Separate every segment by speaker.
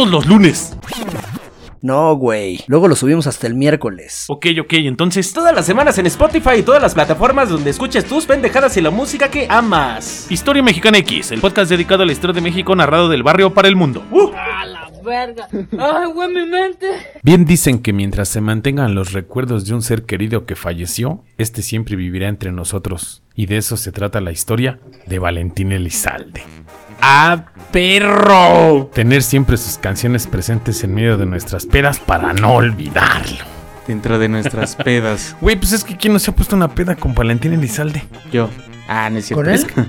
Speaker 1: los lunes.
Speaker 2: No, güey. Luego lo subimos hasta el miércoles.
Speaker 1: Ok, ok, entonces.
Speaker 3: Todas las semanas en Spotify y todas las plataformas donde escuches tus pendejadas y la música que amas.
Speaker 1: Historia Mexicana X, el podcast dedicado a la historia de México narrado del barrio para el mundo.
Speaker 4: verga. Ay, güey, mi mente.
Speaker 5: Bien dicen que mientras se mantengan los recuerdos de un ser querido que falleció, este siempre vivirá entre nosotros. Y de eso se trata la historia de Valentín Elizalde. ¡Ah, perro! Tener siempre sus canciones presentes en medio de nuestras pedas para no olvidarlo.
Speaker 6: Dentro de nuestras pedas.
Speaker 5: Güey, pues es que ¿quién no se ha puesto una peda con Valentín Elizalde?
Speaker 6: Yo. Ah, no es cierto.
Speaker 2: ¿Con él?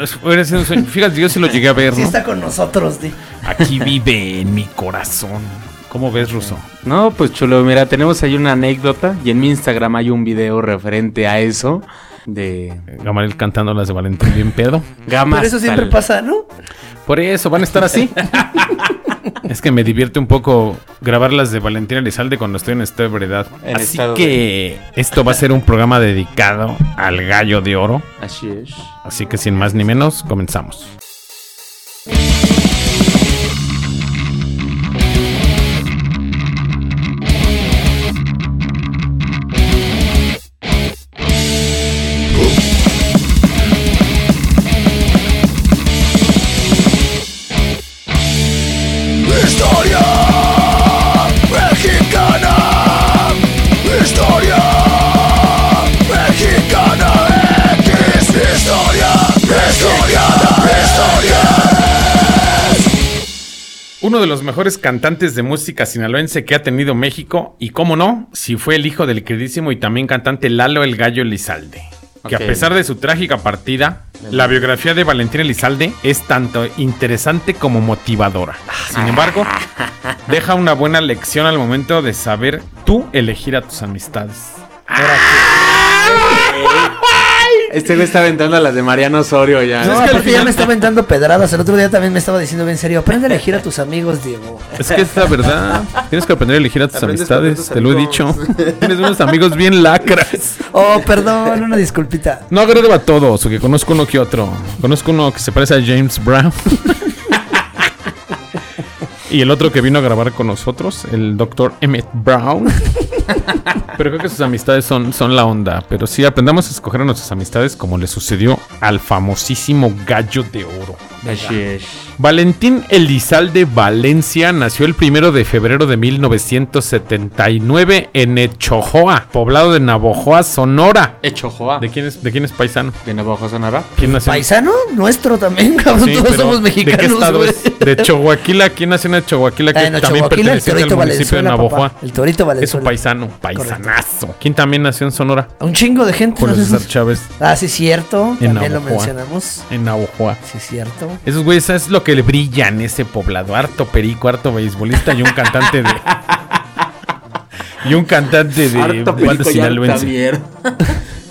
Speaker 5: Es- hubiera sido un sueño. Fíjate, yo sí lo llegué a ver, ¿no?
Speaker 2: con nosotros, di.
Speaker 5: Aquí vive en mi corazón. ¿Cómo ves, Ruso?
Speaker 6: No, pues chulo, mira, tenemos ahí una anécdota y en mi Instagram hay un video referente a eso de
Speaker 5: Gamarel Eh, cantando las de Valentín bien pedo.
Speaker 6: gamas. tal.
Speaker 2: pasa, ¿no?
Speaker 5: Por eso, van a estar así. es que me divierte un poco grabar las de Valentina Elizalde cuando estoy en esta ebriedad.
Speaker 6: En
Speaker 5: así
Speaker 6: estado
Speaker 5: que esto va a ser un programa dedicado al gallo de oro.
Speaker 6: Así es.
Speaker 5: Así que sin más ni menos, comenzamos. Uno de los mejores cantantes de música sinaloense que ha tenido México, y cómo no, si fue el hijo del queridísimo y también cantante Lalo el Gallo Elizalde. Que
Speaker 6: Ok.
Speaker 5: a pesar de su trágica partida, la biografía de Valentín Elizalde es tanto interesante como motivadora. Sin embargo, deja una buena lección al momento de saber tú elegir a tus amistades.
Speaker 6: Este güey está aventando a las de Mariano Osorio ya.
Speaker 2: No,
Speaker 5: Pues que al
Speaker 2: aparte ya
Speaker 5: final-
Speaker 2: me estaba aventando pedradas. El otro día también me estaba diciendo bien serio. Aprende a elegir a tus amigos, Diego.
Speaker 5: Es que es la verdad. Tienes que aprender a elegir a tus
Speaker 6: Aprendes con
Speaker 5: amistades,
Speaker 6: tus
Speaker 5: te lo he dicho.
Speaker 6: amigos.
Speaker 5: Tienes unos amigos bien lacras.
Speaker 2: Oh, perdón, una disculpita.
Speaker 5: No agrego a todos, que conozco uno que otro. Conozco uno que se parece a James Brown. y el otro que vino a grabar con nosotros, el Dr. Emmett Brown. pero creo que sus amistades son, son la onda. Pero sí, aprendamos a escoger a nuestras amistades como le sucedió al famosísimo gallo de oro.
Speaker 6: Así es.
Speaker 5: Valentín Elizalde Valencia nació el primero de febrero de 1979 en Echojoa, poblado de Navojoa, Sonora.
Speaker 6: Hecho Joa.
Speaker 5: ¿De
Speaker 6: ¿De,
Speaker 5: quién es, de quién es paisano?
Speaker 6: de Navajo Sonora.
Speaker 5: ¿Quién nació?
Speaker 2: Paisano nuestro también, cabrón.
Speaker 5: Sí,
Speaker 2: Todos
Speaker 5: pero
Speaker 2: somos mexicanos.
Speaker 5: ¿De qué estado
Speaker 2: güey.
Speaker 5: es? De Choaquila. ¿Quién nació en Choaquila? Que
Speaker 2: Ah, en
Speaker 5: también
Speaker 2: Ochoaquila, el
Speaker 5: pertenece al
Speaker 2: Torito
Speaker 5: municipio de
Speaker 2: Valenzuela.
Speaker 5: Navojoa.
Speaker 2: papá. El Torito
Speaker 5: Es un
Speaker 2: Valenzuela.
Speaker 5: paisano, paisanazo. ¿Quién también nació en Sonora?
Speaker 2: Un chingo de gente.
Speaker 5: Julio
Speaker 2: ¿no?
Speaker 5: César Chávez
Speaker 2: Ah, sí, cierto.
Speaker 5: En
Speaker 2: También lo
Speaker 5: Navajoa.
Speaker 2: mencionamos.
Speaker 5: en Navojoa.
Speaker 2: Sí, cierto.
Speaker 5: Esos güeyes, ¿sabes lo que le brilla en ese poblado? Harto perico, harto beisbolista y un cantante de. y un cantante de.
Speaker 6: Harto
Speaker 5: banda
Speaker 6: perico y
Speaker 5: sinaloense.
Speaker 6: harta mierda.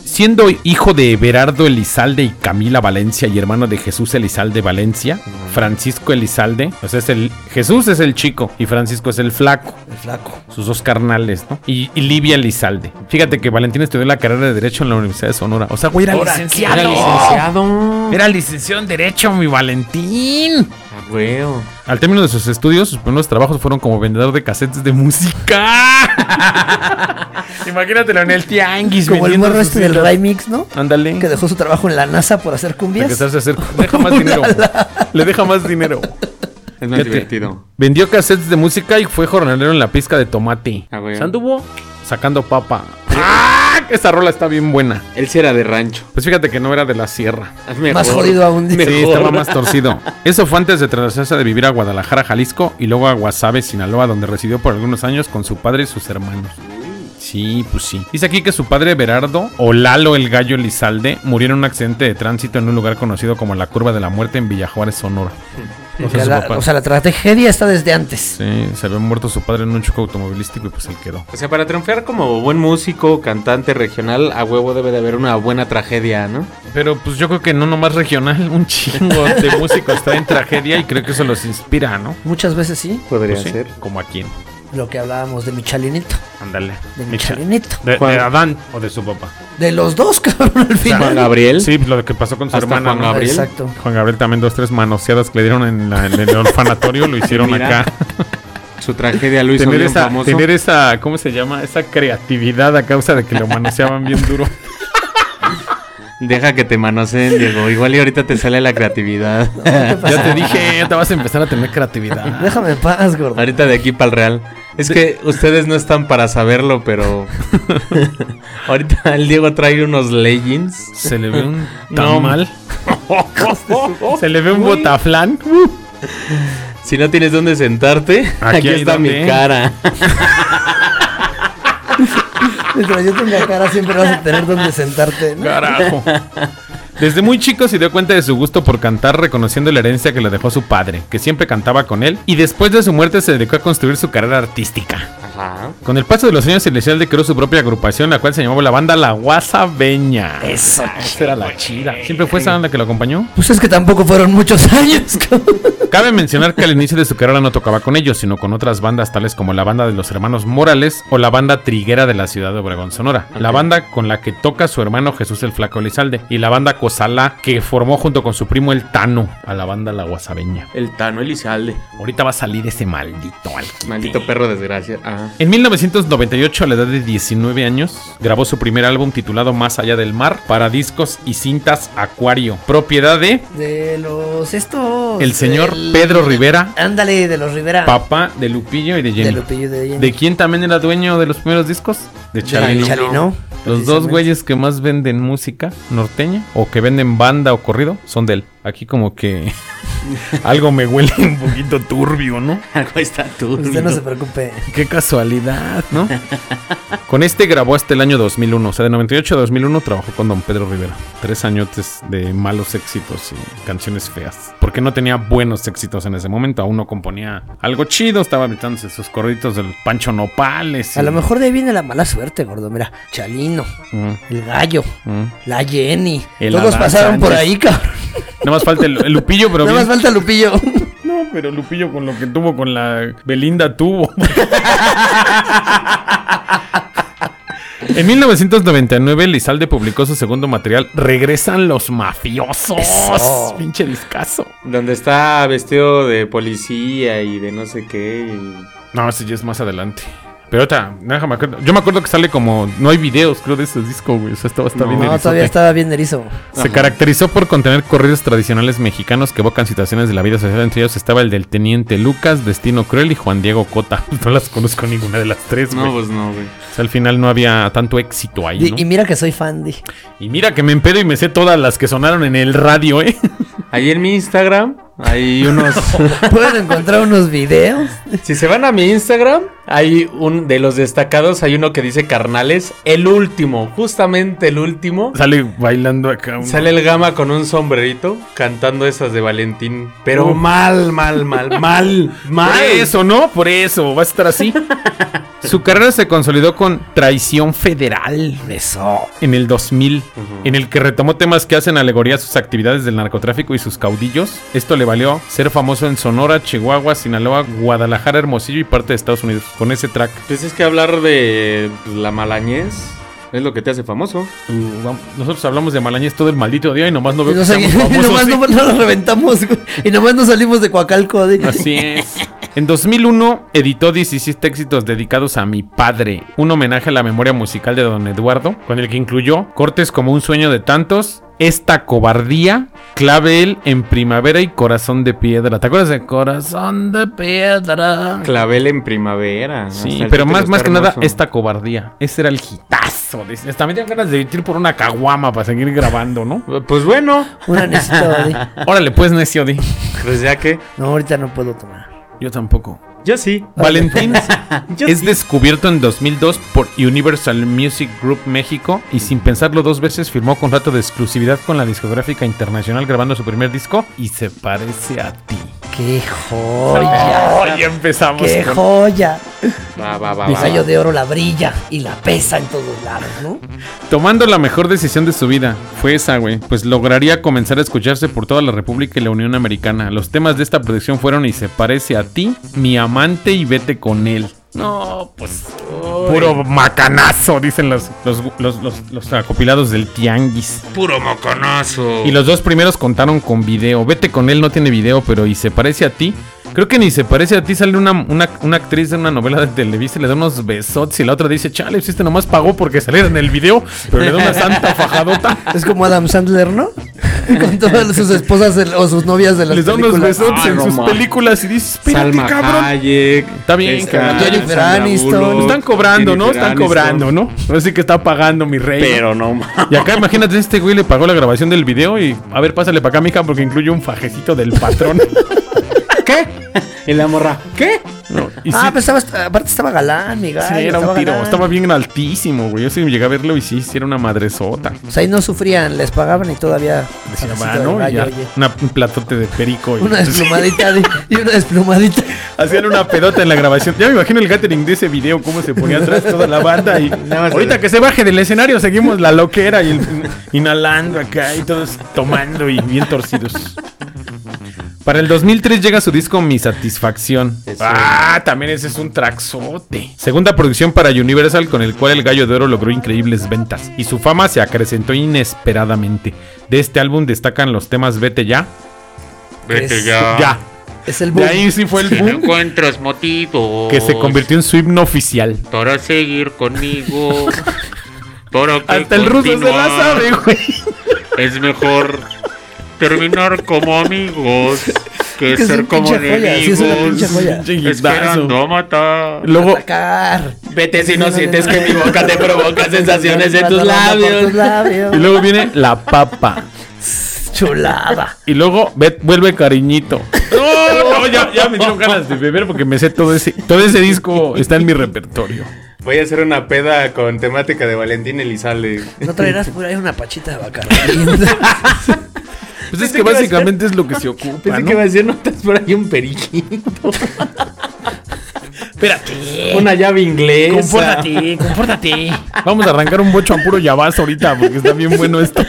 Speaker 5: Siendo hijo de Everardo Elizalde y Camila Valencia y hermano de Jesús Elizalde Valencia, Francisco Elizalde, o sea, es el Jesús es el chico y Francisco es el flaco,
Speaker 2: El flaco.
Speaker 5: sus dos carnales, ¿no? Y, y Livia Elizalde. Fíjate que Valentín estudió la carrera de Derecho en la Universidad de Sonora. O sea, güey, era licenciado. Era licenciado. Era licenciado en Derecho, mi Valentín.
Speaker 6: Ah, güey.
Speaker 5: Al término de sus estudios, sus primeros trabajos fueron como vendedor de casetes de música. Imagínatelo en el tianguis.
Speaker 2: Como el
Speaker 5: vendiendo
Speaker 2: morro
Speaker 5: sus Ah,
Speaker 2: este del
Speaker 5: cintas.
Speaker 2: Remix, ¿no?
Speaker 5: Ándale.
Speaker 2: Que dejó su trabajo en la NASA por hacer cumbias.
Speaker 5: Regresarse a hacer. Deja más
Speaker 2: Una
Speaker 5: dinero.
Speaker 2: ala.
Speaker 5: Le deja más dinero.
Speaker 6: Es más
Speaker 5: Fíjate,
Speaker 6: divertido.
Speaker 5: Vendió cassettes de música y fue jornalero en la pizca de tomate.
Speaker 6: Ah, güey.
Speaker 3: Se anduvo.
Speaker 5: Sacando papa. ¡Ah! Esa rola está bien buena.
Speaker 6: Él sí era de rancho.
Speaker 5: Pues fíjate que no era de la sierra.
Speaker 6: Mejor.
Speaker 2: Más jodido aún. dice.
Speaker 5: Sí, estaba más torcido. Eso fue antes de trasladarse de vivir a Guadalajara, Jalisco y luego a Guasave, Sinaloa, donde residió por algunos años con su padre y sus hermanos. Sí, pues sí. Dice aquí que su padre Berardo o Lalo el Gallo Elizalde murieron en un accidente de tránsito en un lugar conocido como la Curva de la Muerte en Villa Juárez, Sonora. O
Speaker 2: O
Speaker 5: sea,
Speaker 2: sea,
Speaker 5: su
Speaker 2: la,
Speaker 5: papá.
Speaker 2: o sea, la tragedia está desde antes.
Speaker 5: Sí, se había muerto su padre en un choque automovilístico y pues él quedó.
Speaker 6: O sea, para triunfar como buen músico, cantante regional, a huevo debe de haber una buena tragedia, ¿no?
Speaker 5: Pero pues yo creo que no nomás regional, un chingo de músicos traen tragedia y creo que eso los inspira, ¿no?
Speaker 2: Muchas veces sí,
Speaker 6: Podría
Speaker 5: Pues sí, Como a quién.
Speaker 2: lo que hablábamos de Michalinito.
Speaker 5: Ándale.
Speaker 2: De
Speaker 5: Micha-
Speaker 2: Michalinito.
Speaker 5: De,
Speaker 6: ¿Cuál?
Speaker 5: de Adán o de su papá.
Speaker 2: De los dos, cabrón, al final.
Speaker 6: Juan Gabriel.
Speaker 5: Sí, lo que pasó con su
Speaker 6: Hasta
Speaker 5: hermana.
Speaker 6: Juan
Speaker 5: ¿no?
Speaker 6: Gabriel.
Speaker 2: Exacto.
Speaker 5: Juan Gabriel también dos, tres manoseadas que le dieron en, la- en el orfanatorio, lo hicieron
Speaker 6: Mira,
Speaker 5: acá.
Speaker 6: Su tragedia lo hizo
Speaker 5: Tener
Speaker 6: bien
Speaker 5: esa,
Speaker 6: famoso.
Speaker 5: tener esa, ¿cómo se llama? Esa creatividad a causa de que lo manoseaban bien duro.
Speaker 6: Deja que te manoseen, Diego. Igual y ahorita te sale la creatividad.
Speaker 5: ya te dije, ya te vas a empezar a tener creatividad.
Speaker 2: Déjame en paz, gordo.
Speaker 6: ahorita de aquí para el real. Es que ustedes no están para saberlo, pero... ahorita el Diego trae unos leggings.
Speaker 5: Se le ve un
Speaker 6: No.
Speaker 5: tamal. se le ve un botaflán. Uh.
Speaker 6: Si no tienes dónde sentarte,
Speaker 5: Aquí
Speaker 6: aquí,
Speaker 5: hay
Speaker 6: está
Speaker 5: dónde.
Speaker 6: mi cara.
Speaker 2: Mientras yo tenga cara, siempre vas a tener donde sentarte. ¿no?
Speaker 5: Carajo. Desde muy chico se dio cuenta de su gusto por cantar, reconociendo la herencia que le dejó su padre, que siempre cantaba con él, y después de su muerte se dedicó a construir su carrera artística.
Speaker 6: Ajá.
Speaker 5: Con el paso de los años, Elizalde creó su propia agrupación, la cual se llamaba la banda La Guasabeña. Esa, era la chida. ¿Siempre fue esa banda que lo acompañó?
Speaker 2: Pues es que tampoco fueron muchos años, cabrón.
Speaker 5: Cabe mencionar que al inicio de su carrera no tocaba con ellos, sino con otras bandas tales como la banda de los hermanos Morales o la banda Triguera de la ciudad de Obregón, Sonora. La banda con la que toca su hermano Jesús el Flaco Elizalde y la banda Cozalá que formó junto con su primo el Tano a la banda La Guasabeña.
Speaker 6: El Tano Elizalde.
Speaker 5: Ahorita va a salir ese maldito al
Speaker 6: Maldito perro desgracia. Ajá.
Speaker 5: en 1998, a la edad de 19 años, grabó su primer álbum titulado Más allá del mar para discos y cintas Acuario, propiedad de
Speaker 2: De los estos.
Speaker 5: el señor
Speaker 2: del-
Speaker 5: Pedro Rivera,
Speaker 2: Ándale, de los Rivera.
Speaker 5: papá de Lupillo y de Jenny.
Speaker 2: de Lupillo de Jenny.
Speaker 5: ¿De quién también era dueño de los primeros discos? De Chalino.
Speaker 2: De Chalino.
Speaker 5: Los dos
Speaker 2: precisamente.
Speaker 5: güeyes que más venden música norteña o que venden banda o corrido son de él. Aquí como que algo me huele un poquito turbio, ¿no?
Speaker 6: Algo está tú.
Speaker 2: Pues Usted no se preocupe.
Speaker 5: Qué casualidad, ¿no? con este grabó hasta el año 2001. O sea, de 98 a 2001 trabajó con Don Pedro Rivera. Tres añotes de malos éxitos y canciones feas. Porque no tenía buenos éxitos en ese momento. Aún no componía algo chido. Estaba metándose sus corritos del Pancho Nopales. y-
Speaker 2: A lo mejor de ahí viene la mala suerte, gordo. Mira, Chalino,
Speaker 5: Mm,
Speaker 2: el gallo,
Speaker 5: mm.
Speaker 2: la Jenny.
Speaker 5: El
Speaker 2: Todos
Speaker 5: Adán
Speaker 2: pasaron por
Speaker 5: Sánchez.
Speaker 2: ahí, cabrón.
Speaker 5: Nada más falta el, el Lupillo, pero
Speaker 2: Nada más
Speaker 5: bien-
Speaker 2: falta Lupillo.
Speaker 5: No, pero Lupillo con lo que tuvo con la Belinda tuvo. En 1999, Lizalde publicó su segundo material, Regresan los mafiosos.
Speaker 2: Eso.
Speaker 5: Pinche discazo.
Speaker 6: Donde está vestido de policía y de no sé qué. y-
Speaker 5: No, ese ya es más adelante. Pero otra, déjame acuerdo. Yo me acuerdo que sale como. No hay videos, creo, de ese disco, güey. O sea, estaba hasta
Speaker 6: No,
Speaker 5: bien
Speaker 2: No,
Speaker 5: erizote.
Speaker 2: todavía estaba bien erizo.
Speaker 5: Se caracterizó por contener corridos tradicionales mexicanos que evocan situaciones de la vida social. Entre ellos estaba el del Teniente Lucas, Destino Cruel y Juan Diego Cota. No las conozco ninguna de las tres, güey.
Speaker 6: No, pues no, güey.
Speaker 5: O sea, al final no había tanto éxito ahí,
Speaker 2: Y,
Speaker 5: ¿no?
Speaker 2: y mira que soy fan de.
Speaker 5: Y mira que me empedo y me sé todas las que sonaron en el radio, ¿eh?
Speaker 6: Ahí en mi Instagram hay unos.
Speaker 2: Pueden encontrar unos videos.
Speaker 6: si se van a mi Instagram, hay un de los destacados, hay uno que dice carnales, el último, justamente el último.
Speaker 5: Sale bailando acá. uno.
Speaker 6: Sale el gama con un sombrerito cantando esas de Valentín. Pero mal, mal, mal, mal,
Speaker 5: Por
Speaker 6: mal.
Speaker 5: eso, ¿no? Por eso, va a estar así. Su carrera se consolidó con Traición Federal. Eso. En el 2000, en el que retomó temas que hacen alegoría a sus actividades del narcotráfico y sus caudillos. Esto le valió ser famoso en Sonora, Chihuahua, Sinaloa, Guadalajara, Hermosillo y parte de Estados Unidos. Con ese track.
Speaker 6: Pues es que hablar de pues, la malañez es lo que te hace famoso.
Speaker 5: Uh, vamos- Nosotros hablamos de Malañez todo el maldito día y nomás no
Speaker 2: Y
Speaker 5: veo que
Speaker 2: nos-
Speaker 5: seamos famosos,
Speaker 2: nomás
Speaker 5: ¿sí?
Speaker 2: no, no nos reventamos, güey. Y nomás nos salimos de Coacalco. de-
Speaker 5: Así es. En 2001 editó 17 éxitos dedicados a mi padre, un homenaje a la memoria musical de don Eduardo, con el que incluyó cortes como Un sueño de tantos, esta cobardía, clavel en primavera y corazón de piedra. ¿Te acuerdas de corazón de piedra?
Speaker 6: Clavel en primavera.
Speaker 5: Sí,
Speaker 6: Hasta el
Speaker 5: pero
Speaker 6: título
Speaker 5: más,
Speaker 6: está
Speaker 5: más que nada
Speaker 6: hermoso.
Speaker 5: esta cobardía. Ese era el hitazo. de- Hasta me dieron ganas de ir por una caguama para seguir grabando, ¿no?
Speaker 6: Pues bueno,
Speaker 2: Una necesito. di.
Speaker 5: Órale, pues, necio, di.
Speaker 6: pues ya que.
Speaker 2: No, ahorita no puedo tomar.
Speaker 5: Yo tampoco.
Speaker 6: Yo sí.
Speaker 5: Valentín
Speaker 6: Yo
Speaker 5: es
Speaker 6: sí.
Speaker 5: descubierto en 2002 por Universal Music Group México y sin pensarlo dos veces firmó contrato de exclusividad con la discográfica internacional grabando su primer disco y se parece a ti.
Speaker 2: ¡Qué joya!
Speaker 5: ya empezamos.
Speaker 2: ¡Qué
Speaker 5: con-
Speaker 2: joya!
Speaker 6: Va, va, va,
Speaker 2: Mi
Speaker 5: Ah.
Speaker 6: va.
Speaker 2: rayo de oro la brilla y la pesa en todos lados, ¿no?
Speaker 5: Tomando la mejor decisión de su vida, fue esa, güey, pues lograría comenzar a escucharse por toda la República y la Unión Americana. Los temas de esta producción fueron Y se parece a ti, mi amante y vete con él. No, pues. Puro macanazo, dicen los, los, los, los- los recopilados del Tianguis.
Speaker 6: Puro moconazo.
Speaker 5: Y los dos primeros contaron con video. Vete con él, no tiene video, pero y se parece a ti. Creo que ni se parece a ti. Sale una, una, una actriz de una novela de Televisa y le da unos besotes. Y la otra dice: Chale, pues este nomás pagó porque saliera en el video, pero le da una santa fajadota.
Speaker 2: Es como Adam Sandler, ¿no? Con todas sus esposas del- o sus novias de las
Speaker 5: Les da unos
Speaker 2: películas.
Speaker 5: besotes
Speaker 6: Ah,
Speaker 5: en
Speaker 6: no
Speaker 5: sus
Speaker 6: mames.
Speaker 5: películas y dice: Espérate,
Speaker 6: Salma
Speaker 5: cabrón.
Speaker 6: Hayek.
Speaker 5: Está bien, cabrón.
Speaker 2: Jennifer Aniston.
Speaker 5: Están cobrando, ¿no? Están cobrando, ¿no? Así que está pagando mi rey.
Speaker 6: Pero no mames.
Speaker 5: Y acá imagínate, este güey le pagó la grabación del video y a ver, pásale para acá, mija, porque incluye un fajecito del patrón.
Speaker 6: ¿Qué? Y la morra. ¿Qué?
Speaker 5: Y
Speaker 2: Ah,
Speaker 5: sí,
Speaker 2: pero estaba, aparte estaba galán, mi gallo.
Speaker 5: Sí, era un
Speaker 2: estaba
Speaker 5: tiro.
Speaker 2: galán.
Speaker 5: Estaba bien altísimo, güey. Yo sí llegué a verlo y sí, sí era una madresota.
Speaker 2: O sea, ahí no sufrían, les pagaban y todavía.
Speaker 5: Decía,
Speaker 2: Así
Speaker 5: "Va,
Speaker 2: todo
Speaker 5: ¿no? Y
Speaker 2: gallo,
Speaker 5: ya,
Speaker 2: oye.
Speaker 5: una- un platote de perico. y-
Speaker 2: Una desplumadita de- y una desplumadita.
Speaker 5: Hacían una pedota en la grabación. Ya me imagino el catering de ese video, cómo se ponía atrás toda la banda. Y
Speaker 6: más
Speaker 5: ahorita que se baje del escenario, seguimos la loquera y el- inhalando acá y todos tomando y bien torcidos. Para el 2003 llega su disco Mi Satisfacción.
Speaker 6: Eso.
Speaker 5: Ah, también ese es un traxote. Segunda producción para Universal con el cual el Gallo de Oro logró increíbles ventas y su fama se acrecentó inesperadamente. De este álbum destacan los temas Vete ya,
Speaker 2: Vete
Speaker 6: ya.
Speaker 5: ya.
Speaker 2: Es el boom.
Speaker 5: De ahí sí fue el
Speaker 7: Si no
Speaker 5: boom
Speaker 7: encuentras motivo
Speaker 5: que se convirtió en su himno oficial.
Speaker 7: para seguir conmigo. para que
Speaker 5: Hasta el ruso se la
Speaker 7: continuar,
Speaker 5: sabe, güey.
Speaker 7: Es mejor terminar como amigos que,
Speaker 2: Que es
Speaker 7: ser
Speaker 2: un
Speaker 7: como
Speaker 2: pinche joya, sí, es una pinche
Speaker 7: enemigos.
Speaker 2: joya.
Speaker 7: Esperando a matar.
Speaker 5: Luego,
Speaker 2: Atacar.
Speaker 6: Vete si no sientes que mi boca te provoca sensaciones de tus
Speaker 2: Por tus
Speaker 6: labios.
Speaker 2: labios.
Speaker 5: y luego viene la papa.
Speaker 2: Chulada.
Speaker 5: Y luego ve- vuelve cariñito. No, no, ya, ya me dieron ganas de beber porque me sé todo ese, todo ese disco está en mi repertorio.
Speaker 6: Voy a hacer una peda con temática de Valentín Elizalde.
Speaker 2: ¿No traerás por ahí una pachita de bacarra?
Speaker 5: Pues es que básicamente es lo que se ocupa,
Speaker 6: Pensé
Speaker 5: ¿no?
Speaker 6: que me hacían notas por ahí un periquito. Espérate. Una llave inglesa.
Speaker 5: compórtate. Vamos a arrancar un bocho a puro llavazo ahorita porque está bien bueno esto.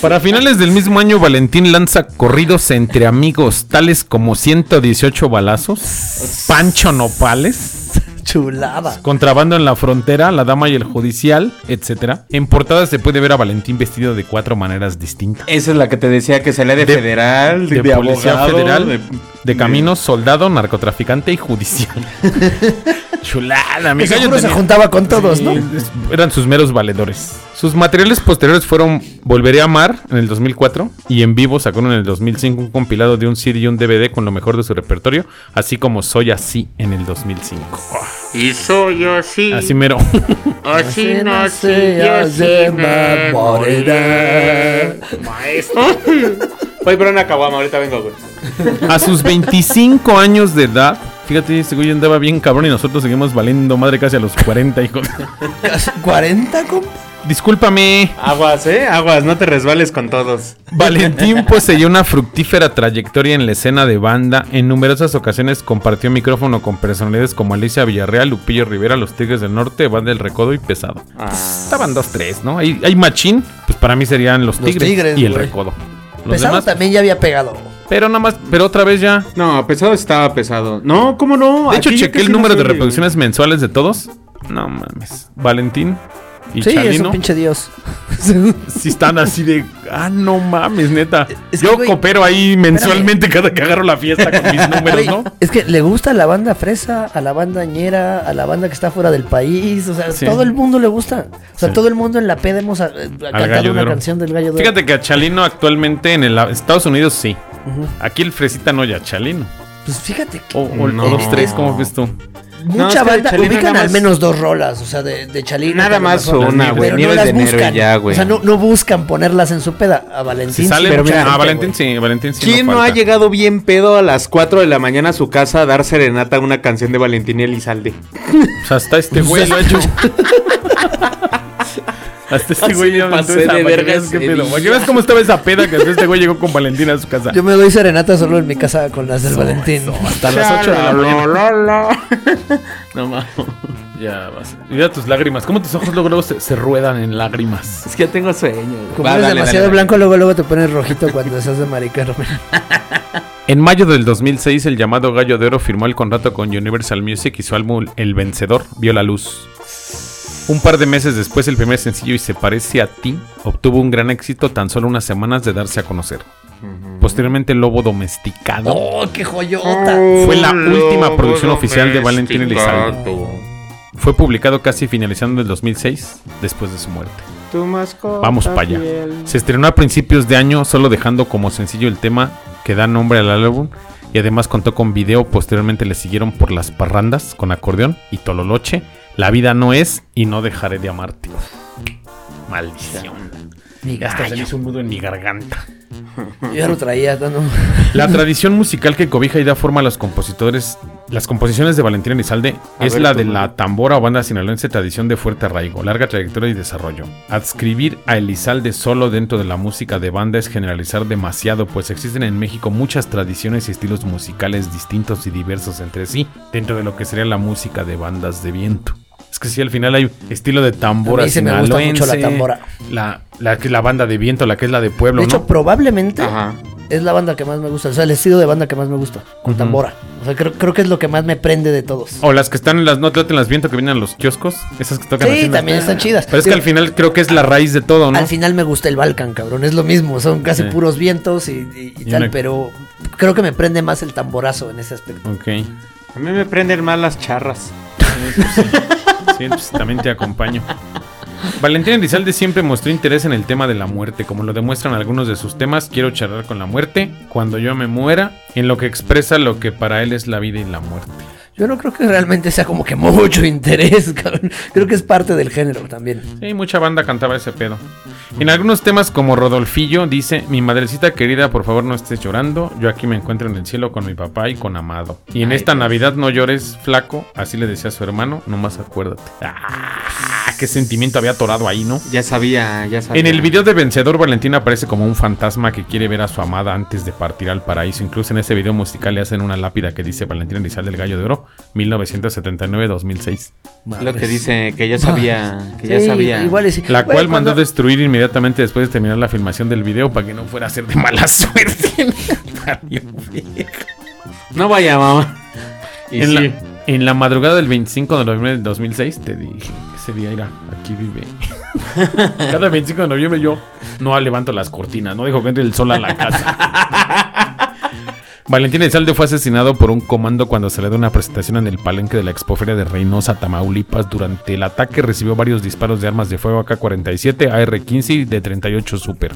Speaker 5: Para finales del mismo año, Valentín lanza corridos entre amigos, tales como 118 balazos, Pancho Nopales,
Speaker 2: Chulada.
Speaker 5: Contrabando en la frontera, La dama y el judicial, etc. En portada se puede ver a Valentín vestido de cuatro maneras distintas.
Speaker 6: Esa es la que te decía que salía de,
Speaker 5: De-
Speaker 6: federal,
Speaker 5: De, policía
Speaker 6: abogado,
Speaker 5: federal, de,
Speaker 6: de-
Speaker 5: caminos, soldado, narcotraficante y judicial. Chulada, mi
Speaker 2: Que
Speaker 5: gallo
Speaker 2: seguro se
Speaker 5: tenía-
Speaker 2: juntaba con todos,
Speaker 5: Sí,
Speaker 2: ¿no?
Speaker 5: es- Eran sus meros valedores. Sus materiales posteriores fueron Volveré a amar en el 2004 y en vivo sacaron en el 2005 un compilado de un CD y un DVD con lo mejor de su repertorio, así como Soy así en el 2005.
Speaker 7: Y soy
Speaker 5: Así
Speaker 7: así. Así,
Speaker 5: mero.
Speaker 7: nací y así me moriré.
Speaker 6: Voy por una caguama, ahorita vengo, güey.
Speaker 5: A sus 25 años de edad, fíjate, ese güey andaba bien cabrón y nosotros seguimos valiendo madre casi a los 40, hijos.
Speaker 2: 40, compa.
Speaker 5: Discúlpame,
Speaker 6: Aguas, eh, aguas, no te resbales con todos.
Speaker 5: Valentín poseyó una fructífera trayectoria en la escena de banda. En numerosas ocasiones compartió micrófono con personalidades como Alicia Villarreal, Lupillo Rivera, Los Tigres del Norte, Banda del Recodo y Pesado.
Speaker 2: Ah.
Speaker 5: Estaban dos, tres, ¿no? Hay, hay Machín, pues para mí serían Los
Speaker 2: Los
Speaker 5: Tigres,
Speaker 2: Tigres,
Speaker 5: y El
Speaker 2: güey.
Speaker 5: Recodo. Los
Speaker 2: Pesado
Speaker 5: demás,
Speaker 2: también ya había pegado.
Speaker 5: pero nada más, pero otra vez ya.
Speaker 6: No, pesado estaba pesado. No, ¿cómo no?
Speaker 5: De hecho,
Speaker 6: Aquí yo
Speaker 5: chequé
Speaker 6: casi
Speaker 5: el
Speaker 6: no
Speaker 5: número de
Speaker 6: soy, güey.
Speaker 5: reproducciones mensuales de todos. No mames. Valentín, Y
Speaker 2: sí, es
Speaker 5: Chalino,
Speaker 2: un pinche dios.
Speaker 5: sí están así de. Ah, no mames, neta.
Speaker 2: Es que,
Speaker 5: Yo
Speaker 2: güey,
Speaker 5: coopero ahí mensualmente cada que agarro la fiesta con mis números,
Speaker 2: Güey,
Speaker 5: ¿no?
Speaker 2: Es que le gusta a la banda fresa, a la banda ñera, a la banda que está fuera del país. O sea,
Speaker 5: Sí.
Speaker 2: todo el mundo le gusta. O sea,
Speaker 5: Sí.
Speaker 2: todo el mundo en la peda hemos eh, cantado
Speaker 5: Gallo de
Speaker 2: una
Speaker 5: Oro.
Speaker 2: canción del gallo de Oro.
Speaker 5: Fíjate que a Chalino actualmente en el, Estados Unidos sí. Aquí el fresita no ya, Chalino.
Speaker 2: Pues fíjate que
Speaker 5: O, o- o
Speaker 6: No.
Speaker 5: los tres, ¿cómo ves tú?
Speaker 6: No, es
Speaker 2: mucha
Speaker 6: que de
Speaker 2: banda
Speaker 6: Chalino
Speaker 2: ubican
Speaker 6: nada
Speaker 2: al
Speaker 6: más-
Speaker 2: menos dos rolas, o sea, de, de Chalino.
Speaker 6: Nada
Speaker 2: que a lo
Speaker 6: más
Speaker 2: mejor-
Speaker 6: una,
Speaker 2: Pero
Speaker 6: güey.
Speaker 2: no
Speaker 6: Nieves
Speaker 2: las
Speaker 6: de enero
Speaker 2: buscan.
Speaker 6: y ya, güey.
Speaker 2: O sea, no, no buscan ponerlas en su peda. A Valentín.
Speaker 5: Si
Speaker 2: sí,
Speaker 5: sale
Speaker 2: pero
Speaker 5: mucha-
Speaker 6: mira,
Speaker 5: ah,
Speaker 2: gente,
Speaker 5: Valentín
Speaker 2: güey.
Speaker 5: sí, Valentín sí.
Speaker 6: ¿Quién no ha
Speaker 5: falta.
Speaker 6: llegado bien pedo a las 4 de la mañana a su casa a dar serenata a una canción de Valentín Elizalde?
Speaker 5: O sea, hasta este güey lo ha hecho. Hasta este
Speaker 6: Así
Speaker 5: güey
Speaker 6: me
Speaker 5: ya
Speaker 6: pasé
Speaker 5: aventó esa
Speaker 6: de
Speaker 5: madre,
Speaker 6: verga
Speaker 5: ¿Qué
Speaker 6: ese
Speaker 5: pedo?
Speaker 6: día.
Speaker 5: ¿Qué ves cómo estaba esa peda que hasta este güey llegó con Valentín a su casa?
Speaker 2: Yo me doy serenata solo en mi casa con las del Valentín.
Speaker 5: Hasta las 8 de la mañana.
Speaker 6: No mames.
Speaker 5: Ya vas. Mira tus lágrimas. ¿Cómo tus ojos luego, luego se, se ruedan en lágrimas?
Speaker 6: Es que ya tengo sueño. güey.
Speaker 2: Como
Speaker 6: Va,
Speaker 2: eres
Speaker 6: dale,
Speaker 2: demasiado
Speaker 6: dale, dale.
Speaker 2: blanco, luego luego te pones rojito cuando estás de maricarmen.
Speaker 5: En mayo del 2006, el llamado Gallo de Oro firmó el contrato con Universal Music y su álbum El Vencedor vio la luz. Un par de meses después, el primer sencillo Y se parece a ti obtuvo un gran éxito tan solo unas semanas de darse a conocer. Posteriormente, Lobo Domesticado
Speaker 2: ¡Oh, qué joyota!
Speaker 5: Fue la última producción oficial de Valentín Elizalde. fue publicado casi finalizando el 2006, después de su muerte.
Speaker 6: Tu mascota
Speaker 5: Vamos para allá.
Speaker 6: fiel.
Speaker 5: Se estrenó a principios de año, solo dejando como sencillo el tema que da nombre al álbum. Y además contó con video. Posteriormente le siguieron por las parrandas con acordeón y tololoche. La vida no es y no dejaré de amarte. Maldición. Ya hasta se me hizo un nudo en mi garganta.
Speaker 2: Yo ya lo traía, no.
Speaker 5: La tradición musical que cobija y da forma a los compositores, las composiciones de Valentín Elizalde
Speaker 6: A
Speaker 5: es
Speaker 6: ver,
Speaker 5: la
Speaker 6: tú,
Speaker 5: de
Speaker 6: Manuel.
Speaker 5: la tambora o banda sinaloense tradición de fuerte arraigo, larga trayectoria y desarrollo. Adscribir a Elizalde solo dentro de la música de banda es generalizar demasiado, pues existen en México muchas tradiciones y estilos musicales distintos y diversos entre sí, dentro de lo que sería la música de bandas de viento. Es que si al final hay estilo de tambora
Speaker 2: A mí sí me gusta mucho la
Speaker 5: sinaloense,
Speaker 2: tambora.
Speaker 5: La, la que es la banda de viento, la que es la de pueblo,
Speaker 2: De hecho,
Speaker 5: ¿no?
Speaker 2: probablemente
Speaker 6: Ajá.
Speaker 2: es la banda que más me gusta. O sea, el estilo de banda que más me gusta. Con
Speaker 5: Ujú.
Speaker 2: tambora. O sea, creo, creo que es lo que más me prende de todos.
Speaker 5: O las que están en las no te en las viento que vienen a los kioscos, esas que tocan así
Speaker 2: Sí,
Speaker 5: en las-
Speaker 2: también están chidas.
Speaker 5: Pero es que
Speaker 2: Digo,
Speaker 5: al final creo que es la raíz de todo, ¿no?
Speaker 2: Al final me gusta el Balkan, cabrón. Es lo mismo. Son casi
Speaker 5: Sí.
Speaker 2: puros vientos y, y- y
Speaker 5: Y
Speaker 2: tal.
Speaker 5: una-
Speaker 2: Pero creo que me prende más el tamborazo en ese aspecto.
Speaker 5: Ok.
Speaker 6: A mí me prenden más las charras.
Speaker 5: Sí, pues, también te acompaño. Valentín Elizalde siempre mostró interés en el tema de la muerte, como lo demuestran algunos de sus temas, Quiero charlar con la muerte, Cuando yo me muera, en lo que expresa lo que para él es la vida y la muerte.
Speaker 2: Yo no creo que realmente sea como que mucho interés, cabrón. Creo que es parte del género también.
Speaker 5: Sí, mucha banda cantaba ese pedo. En algunos temas como Rodolfillo dice, mi madrecita querida, por favor no estés llorando, yo aquí me encuentro en el cielo con mi papá y con Amado. Y en esta Navidad no llores, flaco, así le decía a su hermano, nomás acuérdate. Ah, qué sentimiento había atorado ahí, ¿no?
Speaker 6: Ya sabía, ya sabía.
Speaker 5: En el video de Vencedor, Valentín aparece como un fantasma que quiere ver a su amada antes de partir al paraíso. Incluso en ese video musical le hacen una lápida que dice Valentín Elizalde del Gallo de Oro, 1979-2006.
Speaker 6: Lo que dice, que ya sabía, que ya
Speaker 2: Pues, Sí,
Speaker 6: sabía.
Speaker 2: Igual y sí.
Speaker 5: La
Speaker 2: Güey,
Speaker 5: cual
Speaker 2: cuando-
Speaker 5: mandó destruir inmediatamente después de terminar la filmación del video para que no fuera a ser de mala suerte. Valió verga.
Speaker 6: No vaya, mamá. Y
Speaker 5: en,
Speaker 6: sí.
Speaker 5: la, en la madrugada del 25 de noviembre del 2006 te dije, ese día era, aquí vive. Cada 25 de noviembre yo no levanto las cortinas, no dejo que entre el sol a la casa. Valentín Elizalde fue asesinado por un comando cuando salió de una presentación en el palenque de la Expoferia de Reynosa, Tamaulipas. Durante el ataque recibió varios disparos de armas de fuego AK-47, AR-15 y de 38 Super.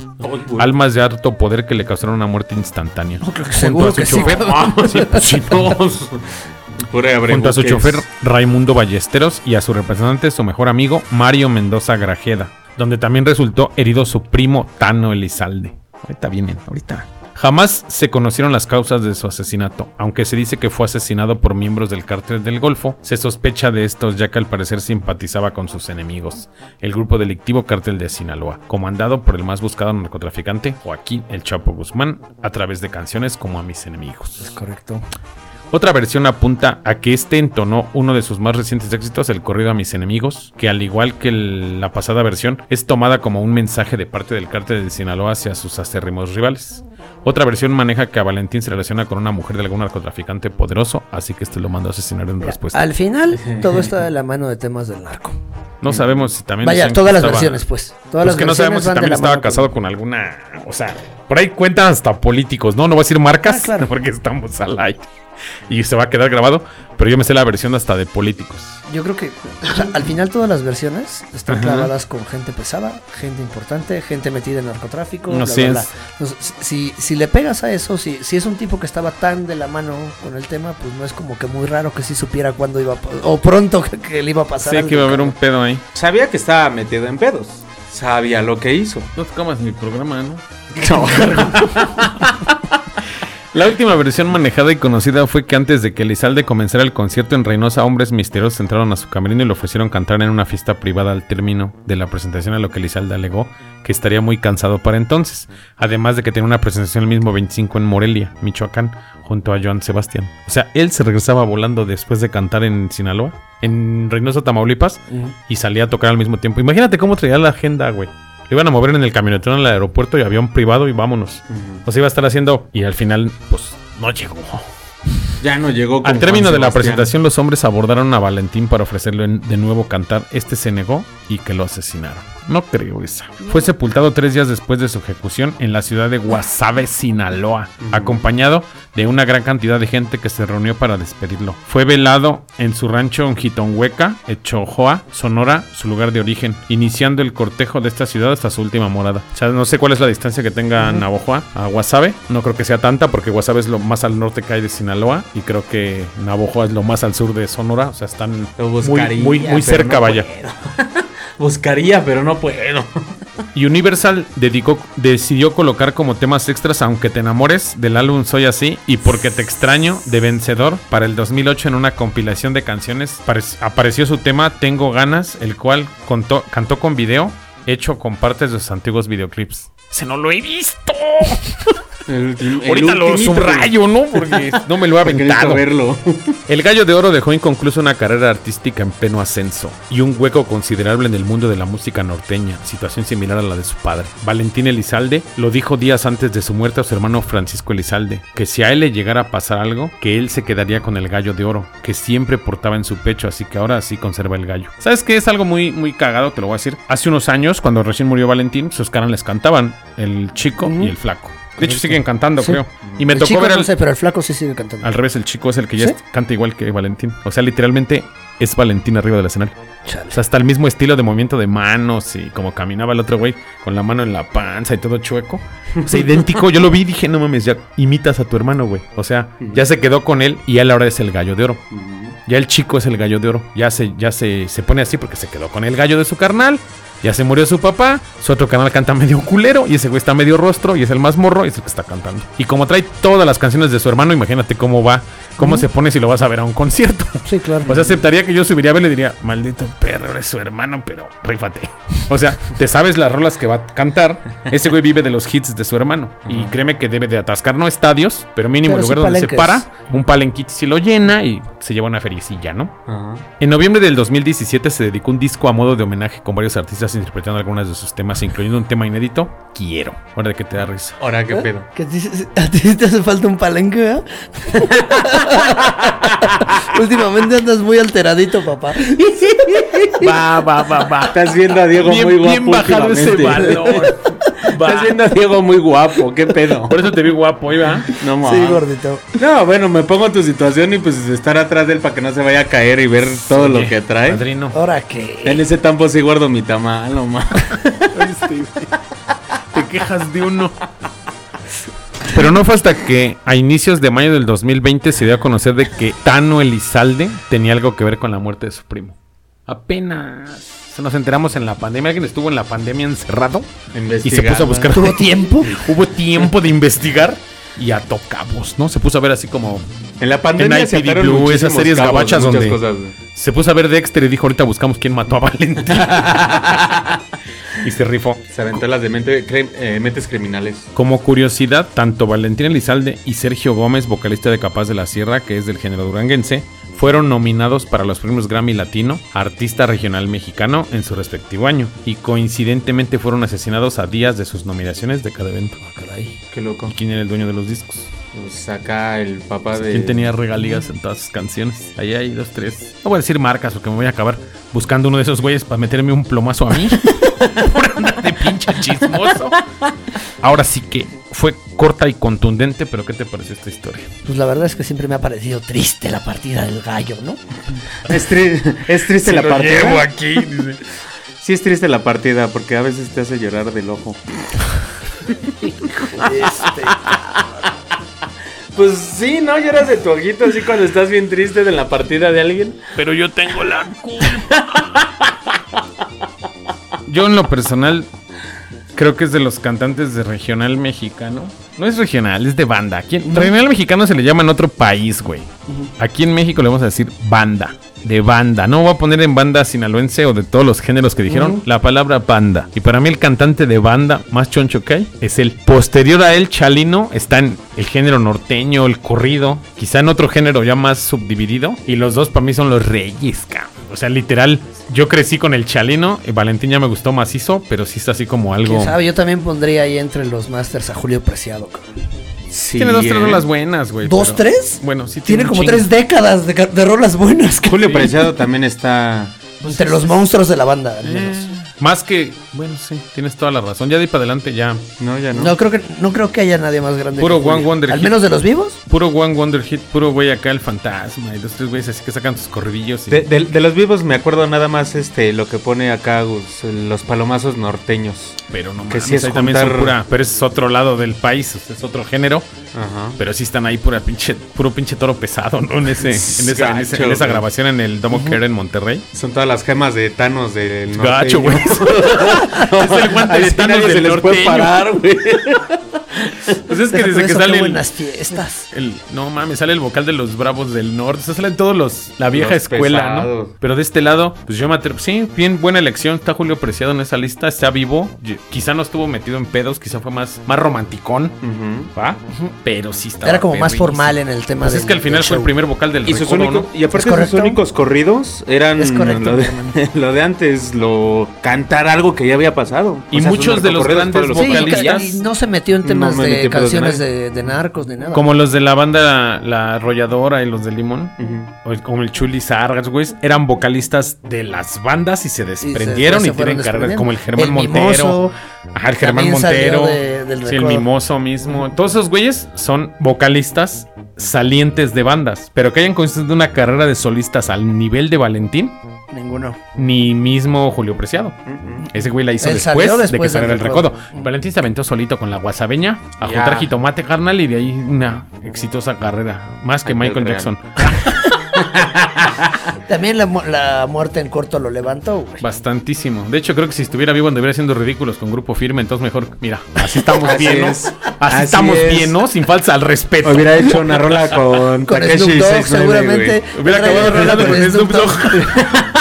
Speaker 5: Almas de harto poder que le causaron una muerte instantánea.
Speaker 2: seguro que sí,
Speaker 5: Ah, sí, pues sí, no.
Speaker 6: Pura
Speaker 5: Junto a su
Speaker 6: abrebocas.
Speaker 5: chofer Raimundo Ballesteros y a su representante, su mejor amigo Mario Mendoza Grajeda, donde también resultó herido su primo Tano Elizalde. Ahorita vienen, ahorita. Jamás se conocieron las causas de su asesinato, aunque se dice que fue asesinado por miembros del cártel del Golfo, se sospecha de estos ya que al parecer simpatizaba con sus enemigos, el grupo delictivo cártel de Sinaloa, comandado por el más buscado narcotraficante Joaquín El Chapo Guzmán, a través de canciones como A mis enemigos. Otra versión apunta a que este entonó uno de sus más recientes éxitos, el corrido a mis enemigos, que al igual que el- la pasada versión, es tomada como un mensaje de parte del cártel de Sinaloa hacia sus acérrimos rivales. Otra versión maneja que a Valentín se relaciona con una mujer de algún narcotraficante poderoso, así que este lo mandó a asesinar en
Speaker 2: Mira,
Speaker 5: respuesta.
Speaker 2: Al final, todo está de la mano de temas del narco.
Speaker 5: No sabemos si también.
Speaker 2: Vaya,
Speaker 5: decían
Speaker 2: todas
Speaker 5: que
Speaker 2: las
Speaker 5: estaba-
Speaker 2: versiones, pues. Todas
Speaker 5: Pues
Speaker 2: las
Speaker 5: que no
Speaker 2: versiones
Speaker 5: sabemos si
Speaker 2: van de
Speaker 5: también
Speaker 2: la
Speaker 5: estaba
Speaker 2: mano con-
Speaker 5: casado con alguna. O sea, por ahí cuentan hasta políticos, ¿no? No voy a decir marcas
Speaker 2: Ah, claro.
Speaker 5: porque estamos al aire. Y se va a quedar grabado. Pero yo me sé la versión hasta de políticos.
Speaker 2: Yo creo que o sea, al final todas las versiones están clavadas con gente pesada, gente importante, gente metida en narcotráfico. bla,
Speaker 5: Así
Speaker 2: bla, bla.
Speaker 5: es.
Speaker 2: Entonces, si, si le pegas a eso, si, si es un tipo que estaba tan de la mano con el tema, pues no es como que muy raro que sí supiera cuándo iba a, pa- o pronto que, que le iba a pasar.
Speaker 5: Sé
Speaker 2: algo,
Speaker 5: que iba a haber un
Speaker 2: cabrón.
Speaker 5: pedo ahí.
Speaker 6: Sabía que estaba metido en pedos. Sabía lo que hizo.
Speaker 5: No te comas mi programa, ¿no? La última versión manejada y conocida fue que antes de que Elizalde comenzara el concierto en Reynosa, hombres misteriosos entraron a su camerino y le ofrecieron cantar en una fiesta privada al término de la presentación, a lo que Elizalde alegó que estaría muy cansado para entonces, además de que tenía una presentación el mismo 25 en Morelia, Michoacán, junto a Joan Sebastián. O sea, él se regresaba volando después de cantar en Sinaloa, en Reynosa, Tamaulipas, y salía a tocar al mismo tiempo. Imagínate cómo traía la agenda, güey. Lo iban a mover en el camionetón al aeropuerto y avión privado y vámonos. O sea, iba a estar haciendo. Y al final, pues no llegó.
Speaker 6: Ya no llegó con
Speaker 5: Al término
Speaker 6: Juan
Speaker 5: de la
Speaker 6: Sebastián.
Speaker 5: presentación, los hombres abordaron a Valentín para ofrecerle en- de nuevo cantar. Este se negó y que lo asesinaron. No creo esa. Fue sepultado tres días después de su ejecución en la ciudad de Guasave, Sinaloa, acompañado de una gran cantidad de gente que se reunió para despedirlo. Fue velado en su rancho en Jitonhueca, Echojoa, Sonora, su lugar de origen, iniciando el cortejo de esta ciudad hasta su última morada. O sea, no sé cuál es la distancia que tenga Navojoa a Guasave. No creo que sea tanta porque Guasave es lo más al norte que hay de Sinaloa y creo que Navojoa es lo más al sur de Sonora. O sea, están
Speaker 6: Lo
Speaker 5: muy,
Speaker 6: buscaría,
Speaker 5: muy, muy
Speaker 6: pero
Speaker 5: cerca,
Speaker 6: no
Speaker 5: vaya.
Speaker 6: Buscaría, pero no puedo.
Speaker 5: Y Universal dedicó, decidió colocar como temas extras Aunque te enamores del álbum Soy así y Porque te extraño de Vencedor para el 2008 en una compilación de canciones. Parec- Apareció su tema Tengo ganas, el cual contó- cantó con video hecho con partes de sus antiguos videoclips. Se no lo he visto.
Speaker 6: El ultim- el
Speaker 5: Ahorita lo
Speaker 6: ultimito, güey.
Speaker 5: subrayo, ¿no? Porque no me lo ha
Speaker 6: Porque
Speaker 5: aventado.
Speaker 6: necesito verlo.
Speaker 5: El Gallo de Oro dejó inconclusa una carrera artística en pleno ascenso y un hueco considerable en el mundo de la música norteña, situación similar a la de su padre. Valentín Elizalde lo dijo días antes de su muerte a su hermano Francisco Elizalde, que si a él le llegara a pasar algo, que él se quedaría con el Gallo de Oro, que siempre portaba en su pecho, así que ahora sí conserva el gallo. ¿Sabes qué? Es algo muy, muy cagado, te lo voy a decir. Hace unos años, cuando recién murió Valentín, sus caras les cantaban, el chico y el flaco. De hecho, siguen cantando,
Speaker 2: Sí.
Speaker 5: creo. Y me
Speaker 2: el
Speaker 5: tocó
Speaker 2: chico
Speaker 5: ver
Speaker 2: no
Speaker 5: al,
Speaker 2: sé, pero el flaco sí sigue cantando.
Speaker 5: al revés, el chico es el que ya
Speaker 2: ¿Sí?
Speaker 5: es- canta igual que Valentín. O sea, literalmente es Valentín arriba del escenario.
Speaker 2: Chale.
Speaker 5: O sea, hasta el mismo estilo de movimiento de manos y como caminaba el otro güey con la mano en la panza y todo chueco. O sea, idéntico. Yo lo vi y dije, no mames, ya imitas a tu hermano, güey. O sea, ya se quedó con él y él ahora es el gallo de oro. Ya el chico es el gallo de oro. Ya se, ya se, se pone así porque se quedó con el gallo de su carnal. Ya se murió su papá. Su otro canal canta medio culero. Y ese güey está medio rostro. Y es el más morro. Y es el que está cantando. Y como trae todas las canciones de su hermano, imagínate cómo va. Cómo se pone si lo vas a ver a un concierto.
Speaker 2: Sí, claro.
Speaker 5: O sea, aceptaría que yo subiría a verle y diría, maldito perro, eres su hermano, pero rífate. O sea, te sabes las rolas que va a cantar. Ese güey vive de los hits de su hermano. Y créeme que debe de atascar, no estadios, pero mínimo
Speaker 2: Pero
Speaker 5: el
Speaker 2: sí
Speaker 5: lugar donde se para,
Speaker 2: palenques.
Speaker 5: un palenquito si lo llena y se lleva una feriecilla, ¿no? En noviembre del 2017 se dedicó un disco a modo de homenaje con varios artistas interpretando algunos de sus temas, incluyendo un tema inédito, Quiero. Ahora de que te da risa.
Speaker 6: Ahora qué pedo.
Speaker 2: Que a ti, a ti te hace falta un palenque, ¿verdad? Últimamente andas muy alteradito, papá.
Speaker 5: Va, va, va, va.
Speaker 6: Estás viendo a Diego
Speaker 5: Bien,
Speaker 6: muy guapo.
Speaker 5: bien bajado ese
Speaker 6: últimamente.
Speaker 5: valor. Va.
Speaker 6: Estás viendo a Diego muy guapo, qué pedo.
Speaker 5: Por eso te vi guapo, Iba.
Speaker 6: No
Speaker 2: Sí,
Speaker 6: mames.
Speaker 2: gordito.
Speaker 6: No, bueno, me pongo en tu situación y pues estar atrás de él para que no se vaya a caer y ver todo lo que trae.
Speaker 5: Padrino.
Speaker 2: Ahora que.
Speaker 6: En ese tambo sí guardo mi tamal, no mames.
Speaker 5: Te quejas de uno. Pero no fue hasta que a inicios de mayo del 2020 se dio a conocer de que Tano Elizalde tenía algo que ver con la muerte de su primo. Apenas se nos enteramos en la pandemia. Alguien estuvo en la pandemia encerrado y se puso a buscar.
Speaker 2: ¿Tuvo tiempo?
Speaker 5: Hubo tiempo de investigar y a tocabos, ¿no? Se puso a ver así como
Speaker 6: En la
Speaker 5: En
Speaker 6: pandemia se
Speaker 5: IPD
Speaker 6: ataron
Speaker 5: Blue,
Speaker 6: muchísimos
Speaker 5: esas series
Speaker 6: cabos,
Speaker 5: gabachas
Speaker 6: muchas
Speaker 5: donde-
Speaker 6: cosas, güey.
Speaker 5: Se puso a ver Dexter y dijo, ahorita buscamos quién mató a Valentín. y se rifó.
Speaker 6: se aventó las de mente- cre- eh, mentes criminales.
Speaker 5: Como curiosidad, tanto Valentín Elizalde y Sergio Gómez, vocalista de Capaz de la Sierra, que es del género duranguense, fueron nominados para los premios Grammy Latino, Artista Regional Mexicano, en su respectivo año, y coincidentemente fueron asesinados a días de sus nominaciones de cada evento.
Speaker 6: Qué loco.
Speaker 5: ¿Y quién era el dueño de los discos?
Speaker 6: Pues acá el papá de.
Speaker 5: ¿Quién tenía regalías en todas sus canciones? Ahí hay dos, tres. No voy a decir marcas porque me voy a acabar buscando uno de esos güeyes para meterme un plomazo a mí. Por andar de pinche chismoso. Ahora sí que fue corta y contundente, pero ¿qué te pareció esta historia?
Speaker 2: Pues la verdad es que siempre me ha parecido triste la partida del gallo, ¿no?
Speaker 6: Es, tri- es triste la
Speaker 5: lo llevo
Speaker 6: partida.
Speaker 5: aquí. dice.
Speaker 6: Sí, es triste la partida porque a veces te hace llorar del ojo. Este, Pues sí, ¿no? Lloras de tu ojito así cuando estás bien triste de la partida de alguien.
Speaker 5: Pero yo tengo la culpa. Yo en lo personal creo que es de los cantantes de regional mexicano. No es regional, es de banda. Aquí en- regional mexicano se le llama en otro país, güey. Aquí en México le vamos a decir banda. De banda. No voy a poner en banda sinaloense o de todos los géneros que dijeron la palabra banda. Y para mí el cantante de banda más choncho que hay es el Posterior a él, Chalino está en el género norteño, el corrido. Quizá en otro género ya más subdividido. Y los dos para mí son los reyes, cabrón. O sea, literal, yo crecí con el Chalino. Y Valentín ya me gustó macizo, pero sí está así como algo...
Speaker 2: ¿Quién sabe? Yo también pondría ahí entre los masters a Julio Preciado. cabrón.
Speaker 6: Sí,
Speaker 5: Tiene dos, tres
Speaker 6: eh.
Speaker 5: rolas buenas, güey.
Speaker 2: ¿Dos,
Speaker 5: pero-
Speaker 2: tres?
Speaker 5: Bueno, sí
Speaker 2: Tiene
Speaker 5: un
Speaker 2: como
Speaker 5: chingo.
Speaker 2: tres décadas de, ca- de rolas buenas. cabrón.
Speaker 6: Julio Preciado también está.
Speaker 5: Pues
Speaker 2: Entre los monstruos de la banda,
Speaker 5: Eh.
Speaker 2: al menos.
Speaker 5: Más que... Bueno, sí, tienes toda la razón. Ya de ahí para adelante ya...
Speaker 6: No, ya no.
Speaker 2: No creo que no creo que haya nadie más grande.
Speaker 5: Puro
Speaker 2: que Julio.
Speaker 5: One Wonder
Speaker 2: Al
Speaker 5: Hit.
Speaker 2: menos de los vivos.
Speaker 5: Puro One Wonder Hit, puro güey acá el fantasma. Y los tres güeyes así que sacan sus corridillos. y-
Speaker 6: De, de- de los vivos me acuerdo nada más este lo que pone acá Gus, los palomazos norteños.
Speaker 5: Pero no
Speaker 6: Que
Speaker 5: mames,
Speaker 6: sí es
Speaker 5: ahí también son
Speaker 6: juntar-
Speaker 5: pura, pero es otro lado del país, o sea, es otro género,
Speaker 6: Ajá.
Speaker 5: pero sí están ahí pura pinche, puro pinche toro pesado, ¿no? En, ese, en, esa, en, esa- en
Speaker 6: Gacho,
Speaker 5: esa
Speaker 6: güey.
Speaker 5: grabación en el Domo Care en Monterrey.
Speaker 6: Son todas las gemas de Thanos del norteño.
Speaker 5: Gacho, güey. es el guante
Speaker 6: Ahí
Speaker 5: de
Speaker 6: sí
Speaker 5: Thanos
Speaker 6: nadie
Speaker 5: del
Speaker 6: se les puede
Speaker 5: norteño.
Speaker 6: parar, güey.
Speaker 5: Pues es que
Speaker 2: Deja tú
Speaker 5: desde que
Speaker 2: eso,
Speaker 5: sale
Speaker 2: qué
Speaker 5: el,
Speaker 2: buenas fiestas.
Speaker 5: el- no mames, sale el vocal de los Bravos del Norte, o sea, salen todos los la vieja
Speaker 6: Los
Speaker 5: escuela, ¿no?
Speaker 6: pesados.
Speaker 5: Pero de este lado, pues yo me atrevo, sí, bien buena elección, está Julio Preciado en esa lista, está vivo, Yo- quizá no estuvo metido en pedos, quizá fue más más romanticón,
Speaker 6: Ujú.
Speaker 5: ¿va? Pero sí estaba
Speaker 2: Era como más
Speaker 5: perrísimo.
Speaker 2: formal en el tema
Speaker 5: Pues es
Speaker 2: del-
Speaker 5: que al final
Speaker 2: del
Speaker 5: fue el
Speaker 2: show.
Speaker 5: primer vocal del
Speaker 6: Y, sus
Speaker 5: recodo,
Speaker 6: únicos-
Speaker 5: ¿no?
Speaker 6: y aparte
Speaker 2: ¿Es
Speaker 6: sus
Speaker 2: correcto?
Speaker 6: únicos corridos eran
Speaker 2: Es correcto,
Speaker 6: lo, de,
Speaker 2: hermano.
Speaker 6: lo de antes, lo cantar algo que ya había pasado. O
Speaker 5: Y
Speaker 6: sea, sus
Speaker 5: muchos de los
Speaker 6: narcocorridos fueron
Speaker 5: grandes
Speaker 2: Sí, y
Speaker 5: vocalistas-
Speaker 2: ca- y no se metió en temas
Speaker 6: No me metí
Speaker 2: de
Speaker 6: en pedos de
Speaker 2: canciones
Speaker 6: nadie.
Speaker 2: de, de narcos ni nada.
Speaker 5: Como los de la banda La Arrolladora y los de Limón.
Speaker 6: Ujú.
Speaker 5: o el- Como el Chuli Sargas, güey. Eran vocalistas de las bandas y se
Speaker 2: se-
Speaker 5: desprendieron y,
Speaker 2: se fueron
Speaker 5: tienen carreras. Como el Germán
Speaker 2: desprendiendo. El
Speaker 5: Montero.
Speaker 2: Mimoso.
Speaker 5: Ajá, el Germán
Speaker 2: También salió
Speaker 5: Montero.
Speaker 2: de- del
Speaker 5: sí, el
Speaker 2: recodo.
Speaker 5: Mimoso mismo. Todos esos güeyes son vocalistas salientes de bandas. Pero que hayan construido una carrera de solistas al nivel de Valentín,
Speaker 2: Ninguno.
Speaker 5: ni mismo Julio Preciado. Ese güey la hizo
Speaker 2: Él
Speaker 5: después,
Speaker 2: salió
Speaker 5: de que
Speaker 2: después
Speaker 5: saliera el
Speaker 2: del
Speaker 5: recodo.
Speaker 2: recodo.
Speaker 5: Valentín se aventó solito con la guasabeña a
Speaker 6: Ya.
Speaker 5: juntar jitomate carnal y de ahí una exitosa carrera. Más que
Speaker 6: Michael
Speaker 5: Michael
Speaker 6: Real.
Speaker 5: Jackson.
Speaker 2: También la, mu- la muerte en corto lo levantó, güey.
Speaker 5: Bastantísimo. De hecho, creo que si estuviera vivo anduviera siendo ridículos con grupo firme. Entonces, mejor, mira, así estamos
Speaker 6: Así
Speaker 5: bien, ¿no?
Speaker 6: es.
Speaker 5: Así,
Speaker 6: Así
Speaker 5: estamos
Speaker 6: es.
Speaker 5: bien, ¿no? Sin falta al respeto.
Speaker 6: Hubiera hecho una rola con,
Speaker 2: Con
Speaker 6: Takeshi
Speaker 2: Snoop Dogg,
Speaker 6: 69,
Speaker 2: seguramente.
Speaker 6: güey.
Speaker 5: Hubiera
Speaker 2: Trae
Speaker 5: acabado
Speaker 2: la rola
Speaker 5: grabando con Snoop Dogg.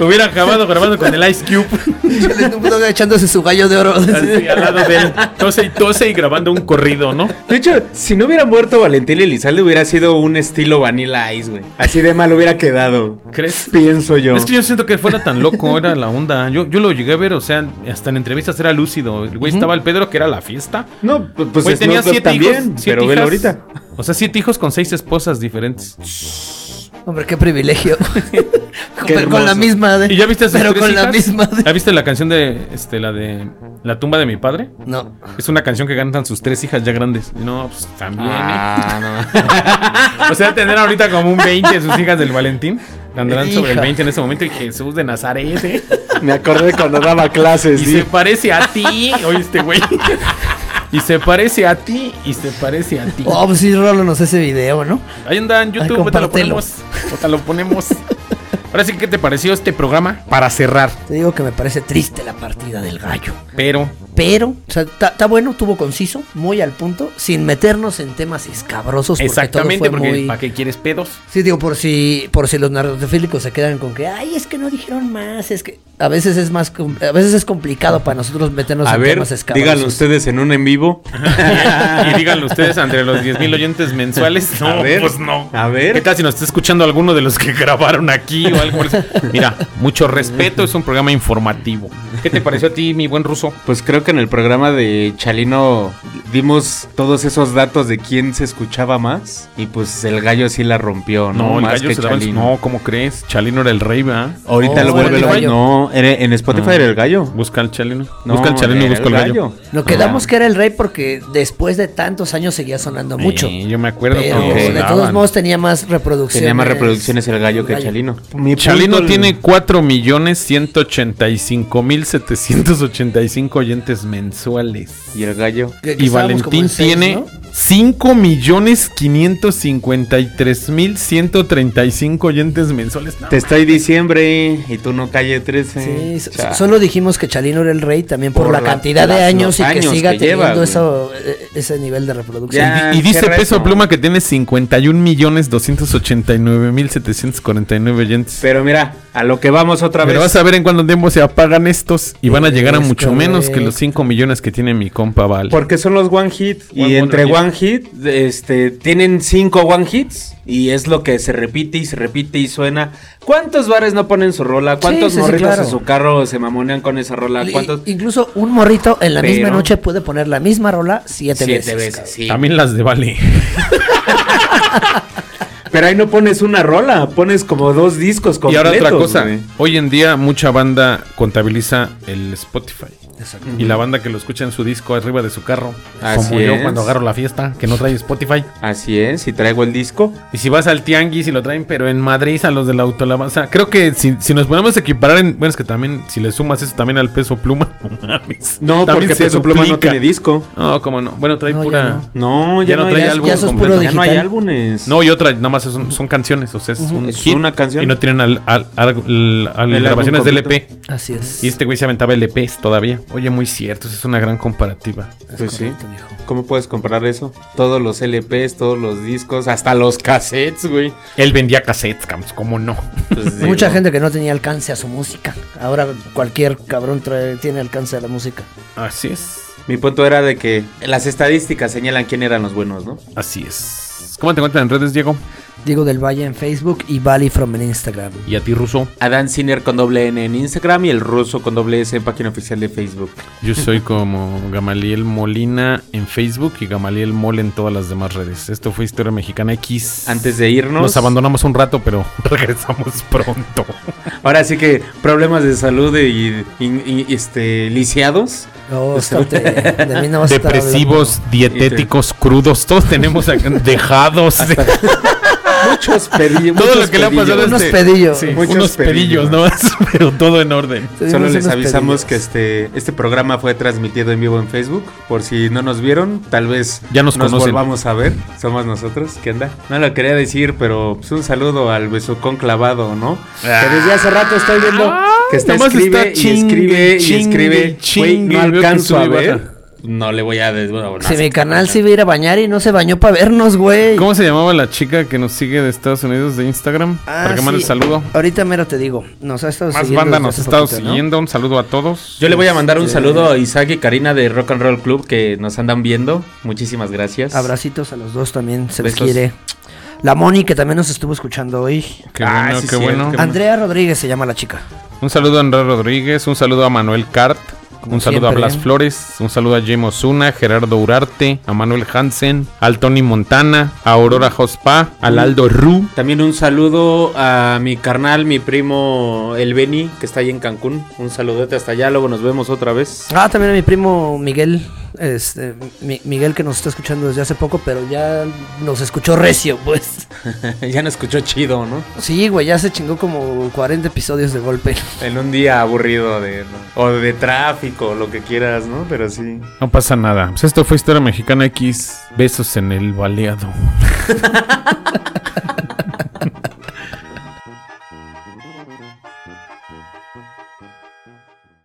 Speaker 5: Hubiera acabado grabando con el Ice Cube.
Speaker 2: Snoop Dogg echándose su gallo de oro.
Speaker 5: Así, al lado de él. Tose y tose y grabando un corrido, ¿no?
Speaker 6: De hecho, si no hubiera muerto Valentín Elizalde, hubiera sido un estilo Vanilla Ice, güey. Así de mal hubiera quedado.
Speaker 5: ¿Crees?
Speaker 6: Pienso yo.
Speaker 5: Es que yo siento que fuera tan loco, era la onda. Yo, yo lo llegué a ver, o sea, hasta en entrevistas era lúcido. El güey estaba el Pedro, que era la fiesta.
Speaker 6: No, p- pues
Speaker 5: Güey,
Speaker 6: Snoop Dogg también,
Speaker 5: siete
Speaker 6: pero velo
Speaker 5: hijas.
Speaker 6: ahorita.
Speaker 5: O sea, siete hijos con seis esposas diferentes.
Speaker 2: Hombre, qué privilegio.
Speaker 6: Qué
Speaker 2: Pero
Speaker 6: hermoso.
Speaker 2: con la misma de.
Speaker 5: ¿Y ya viste a sus
Speaker 2: Pero
Speaker 5: tres
Speaker 2: con la
Speaker 5: hijas? Ah.
Speaker 2: misma
Speaker 5: ¿Ya
Speaker 2: de.
Speaker 5: viste la canción de este, la de La tumba de mi padre?
Speaker 2: No.
Speaker 5: Es una canción que cantan sus tres hijas ya grandes. Y No, pues también.
Speaker 6: Ah,
Speaker 5: ¿eh? O sea, tendrán ahorita como un 20 de sus hijas del Valentín. Andarán sobre el
Speaker 2: Hija.
Speaker 5: 20 en ese momento y Jesús de Nazaret, ¿eh?
Speaker 6: no. Me acordé cuando daba clases.
Speaker 5: Y
Speaker 6: sí.
Speaker 5: se parece a ti. Oíste, güey. Y se parece a ti. Y se parece a ti.
Speaker 2: Oh, pues sí, rólanos ese video, ¿no?
Speaker 5: Ahí anda en
Speaker 2: Ay,
Speaker 5: YouTube. ahorita lo
Speaker 2: compártelo.
Speaker 5: ponemos. Ahorita lo ponemos. Ahora sí, ¿qué te pareció este programa? Para cerrar.
Speaker 2: Te digo que me parece triste la partida del gallo.
Speaker 5: Pero
Speaker 2: Pero, o sea, está está bueno, tuvo conciso, muy al punto, sin meternos en temas escabrosos. Pues porque todo
Speaker 5: Exactamente,
Speaker 2: fue
Speaker 5: porque
Speaker 2: muy-
Speaker 5: ¿para qué quieres pedos?
Speaker 2: Sí, digo, por si, por si los narratofílicos se quedan con que, ay, es que no dijeron más, es que a veces es más, com- a veces es complicado para nosotros meternos
Speaker 6: A
Speaker 2: en
Speaker 6: ver,
Speaker 2: temas escabrosos.
Speaker 6: díganlo ustedes en un en vivo.
Speaker 5: y díganlo ustedes entre los 10.000 oyentes mensuales. No,
Speaker 6: A ver,
Speaker 5: pues no.
Speaker 6: a ver.
Speaker 5: ¿Qué tal si nos está escuchando alguno de los que grabaron aquí o algo? así? Mira, mucho respeto, es un programa informativo. ¿Qué te pareció a ti, mi buen ruso?
Speaker 6: Pues creo creo que en el programa de Chalino dimos todos esos datos de quién se escuchaba más. Y pues el gallo sí la rompió, ¿no?
Speaker 5: No, el Oh,
Speaker 6: más
Speaker 5: gallo se daba en su- No, ¿cómo crees? Chalino era el rey, ¿verdad?
Speaker 6: Ahorita
Speaker 2: No,
Speaker 6: lo vuelve
Speaker 2: el
Speaker 6: loco.
Speaker 2: gallo.
Speaker 6: No, era- en Spotify
Speaker 5: Ah.
Speaker 6: era el gallo.
Speaker 5: Busca al Chalino.
Speaker 6: No,
Speaker 5: busca al Chalino y
Speaker 6: era
Speaker 5: busca al gallo.
Speaker 2: Nos quedamos que era el rey porque después de tantos años seguía sonando mucho.
Speaker 5: Sí, yo me acuerdo.
Speaker 2: Pero
Speaker 5: cuando
Speaker 2: de
Speaker 5: daban.
Speaker 2: todos modos tenía más reproducciones.
Speaker 6: Tenía más reproducciones el gallo que Chalino. Mi
Speaker 5: Chalino
Speaker 6: punto-
Speaker 5: tiene 4.185.785 oyentes mensuales.
Speaker 6: Y el gallo.
Speaker 2: Que- que
Speaker 5: Y
Speaker 2: estábamos como
Speaker 5: Valentín
Speaker 2: en seis,
Speaker 5: tiene
Speaker 2: ¿no?
Speaker 5: 5.553.135 oyentes mensuales. No,
Speaker 6: Te estoy diciembre y tú no calle 13.
Speaker 2: Sí, so-
Speaker 6: Cha-
Speaker 2: solo dijimos que Chalino era el rey también por,
Speaker 6: este, Por
Speaker 2: la,
Speaker 6: la-
Speaker 2: cantidad de
Speaker 6: la-
Speaker 2: años
Speaker 6: los
Speaker 2: y que
Speaker 6: años
Speaker 2: siga
Speaker 6: que lleva,
Speaker 2: teniendo
Speaker 6: güey.
Speaker 2: eso, eh, ese nivel de reproducción.
Speaker 6: Ya.
Speaker 5: Y
Speaker 6: Ah, qué
Speaker 5: dice
Speaker 6: reto.
Speaker 5: Peso Pluma que tiene 51.289.749 oyentes.
Speaker 6: Pero mira, a lo que vamos otra
Speaker 5: Pero
Speaker 6: vez.
Speaker 5: vas a ver en cuánto tiempo se apagan estos y van a llegar a
Speaker 2: Es
Speaker 5: mucho menos que
Speaker 2: correcto.
Speaker 5: los 5 millones que tiene mi compa Val.
Speaker 6: Porque son los Pues one hit.
Speaker 5: One,
Speaker 6: y
Speaker 5: one
Speaker 6: entre
Speaker 5: hit.
Speaker 6: one hit, este, tienen cinco one hits. Y es lo que se repite y se repite y suena. ¿Cuántos bares no ponen su rola? ¿Cuántos
Speaker 2: Sí, sí, sí,
Speaker 6: morritos
Speaker 2: claro.
Speaker 6: en su carro se mamonean con esa rola?
Speaker 2: I-
Speaker 6: ¿Cuántos?
Speaker 2: Incluso un morrito en la misma
Speaker 6: Pero-
Speaker 2: noche puede poner la misma rola siete, veces.
Speaker 6: Siete
Speaker 3: Pues
Speaker 6: veces, sí.
Speaker 5: También las de Vale.
Speaker 6: Pero ahí no pones una rola, pones como dos discos
Speaker 5: Y
Speaker 6: completos.
Speaker 5: ahora otra cosa,
Speaker 6: güey.
Speaker 5: hoy en día mucha banda contabiliza el Spotify.
Speaker 2: Exacto.
Speaker 5: Y la banda que lo escucha en su disco arriba de su carro.
Speaker 6: Así
Speaker 5: como yo
Speaker 6: es.
Speaker 5: cuando agarro la fiesta, que no trae Spotify.
Speaker 6: Así es, y traigo el disco.
Speaker 5: Y si vas al Tianguis y lo traen, pero en Madrid a los de la autolavanza. Creo que si, si nos ponemos a equiparar en. Bueno, es que también, si le sumas eso también al peso pluma, no mames.
Speaker 6: No,
Speaker 5: También
Speaker 6: porque
Speaker 5: se
Speaker 6: Peso Pluma no
Speaker 5: duplica.
Speaker 6: tiene disco.
Speaker 5: No, cómo no. Bueno, trae
Speaker 2: No, ya
Speaker 5: pura.
Speaker 2: no.
Speaker 6: No, ya,
Speaker 5: Ya no
Speaker 6: no,
Speaker 5: trae
Speaker 6: hay
Speaker 5: álbum
Speaker 6: álbumes.
Speaker 2: sos puro
Speaker 6: completo. Ya no hay
Speaker 2: digital.
Speaker 6: álbumes.
Speaker 5: No, y otra, nada más son, son canciones, o sea, es, un
Speaker 6: Es
Speaker 5: hit
Speaker 6: una canción.
Speaker 5: Y no tienen al, al- al- al-
Speaker 6: El
Speaker 5: grabaciones
Speaker 6: álbum
Speaker 5: de
Speaker 6: completo.
Speaker 5: LP.
Speaker 2: Así es.
Speaker 5: Y este güey se aventaba LPs todavía. Oye, muy cierto, esa es una gran comparativa.
Speaker 6: Pues sí. ¿Cómo puedes comparar eso? Todos los LPs, todos los discos, hasta los cassettes, güey.
Speaker 5: Él vendía cassettes, cams, cómo no.
Speaker 6: Pues digo,
Speaker 2: Mucha gente que no tenía alcance a su música. Ahora cualquier cabrón trae- tiene alcance a la música.
Speaker 5: Así es.
Speaker 6: Mi punto era de que las estadísticas señalan quién eran los buenos, ¿no?
Speaker 5: Así es. ¿Cómo te encuentran en redes, Diego?
Speaker 2: Diego del Valle en Facebook y Valley From en Instagram.
Speaker 5: Y a ti, Ruso.
Speaker 6: Adán Sinner con doble N en Instagram y el ruso con doble S en página oficial de Facebook.
Speaker 5: Yo soy como Gamaliel Molina en Facebook y Gamaliel Mol en todas las demás redes. Esto fue Historia Mexicana X.
Speaker 6: Antes de irnos.
Speaker 5: nos abandonamos un rato, pero regresamos pronto.
Speaker 6: Ahora sí que problemas de salud y, y- y, este lisiados.
Speaker 2: No, estate, de mí no vas a estar
Speaker 5: Depresivos, dietéticos, crudos, todos tenemos acá- dejados.
Speaker 6: Muchos pedillos.
Speaker 5: Todo lo que le ha pasado
Speaker 2: hablando.
Speaker 5: a
Speaker 2: Unos
Speaker 5: este-
Speaker 2: pedillos.
Speaker 5: Sí,
Speaker 6: Muchos
Speaker 5: unos pedillos,
Speaker 6: pedillos.
Speaker 5: ¿no? pero todo en orden.
Speaker 2: Tuvimos
Speaker 6: Solo les
Speaker 2: unos
Speaker 6: avisamos
Speaker 2: pedillos.
Speaker 6: que este, este programa fue transmitido en vivo en Facebook. Por si no nos vieron, tal vez
Speaker 5: Ya nos conocen.
Speaker 6: volvamos a ver. Somos nosotros, ¿qué onda? No lo quería decir, pero pues, un saludo al besucón clavado, ¿no? que desde hace rato estoy viendo que está
Speaker 5: Ah, nomás está
Speaker 6: escribe y escribe
Speaker 5: chingue,
Speaker 6: y escribe.
Speaker 5: chingue,
Speaker 6: Güey,
Speaker 5: chingue,
Speaker 6: no
Speaker 5: y veo que
Speaker 6: alcanzo
Speaker 5: sube
Speaker 6: a
Speaker 5: y
Speaker 6: ver.
Speaker 5: baja.
Speaker 6: No le voy a... des- bueno, no
Speaker 2: Si
Speaker 6: sé.
Speaker 2: mi canal se iba a ir a bañar y no se bañó para vernos, güey.
Speaker 5: ¿Cómo se llamaba la chica que nos sigue de Estados Unidos de Instagram?
Speaker 2: Ah,
Speaker 5: Para que mande
Speaker 2: sí.
Speaker 5: saludo.
Speaker 2: Ahorita mero te digo. Nos ha estado
Speaker 5: Más
Speaker 2: siguiendo
Speaker 5: banda
Speaker 2: desde
Speaker 5: nos ha
Speaker 2: hace
Speaker 5: estado
Speaker 2: poquito, ¿no?
Speaker 5: siguiendo. Un saludo a todos.
Speaker 6: Yo le voy a mandar un saludo a Isaac y Karina de Rock and Roll Club que nos andan viendo. Muchísimas gracias.
Speaker 2: Abracitos a los dos también, se les
Speaker 6: Besos.
Speaker 2: quiere. La Moni, que también nos estuvo escuchando hoy.
Speaker 5: Qué
Speaker 6: Ah,
Speaker 5: bueno,
Speaker 6: sí,
Speaker 5: qué
Speaker 6: cierto,
Speaker 5: bueno.
Speaker 6: qué bueno.
Speaker 2: Andrea Rodríguez se llama la chica.
Speaker 5: Un saludo a Andrés Rodríguez, un saludo a Manuel Cart,
Speaker 2: Como
Speaker 5: un saludo a
Speaker 2: siempre. ¿eh?
Speaker 5: Blas Flores, un saludo a Jim Osuna, Gerardo Urarte, a Manuel Hansen, al Tony Montana, a Aurora Jospa, al Aldo Ru.
Speaker 6: También un saludo a mi carnal, mi primo El Beni, que está ahí en Cancún. Un saludote hasta allá, luego nos vemos otra vez.
Speaker 2: Ah, también a mi primo Miguel. Este, Mi- Miguel que nos está escuchando desde hace poco, pero ya nos escuchó recio, pues.
Speaker 6: ya no escuchó chido, ¿no?
Speaker 2: Sí, güey, ya se chingó como 40 episodios de golpe.
Speaker 6: En un día aburrido de o de tráfico, lo que quieras, ¿no? Pero sí.
Speaker 5: No pasa nada. Pues esto fue Historia Mexicana X. Besos en el baleado.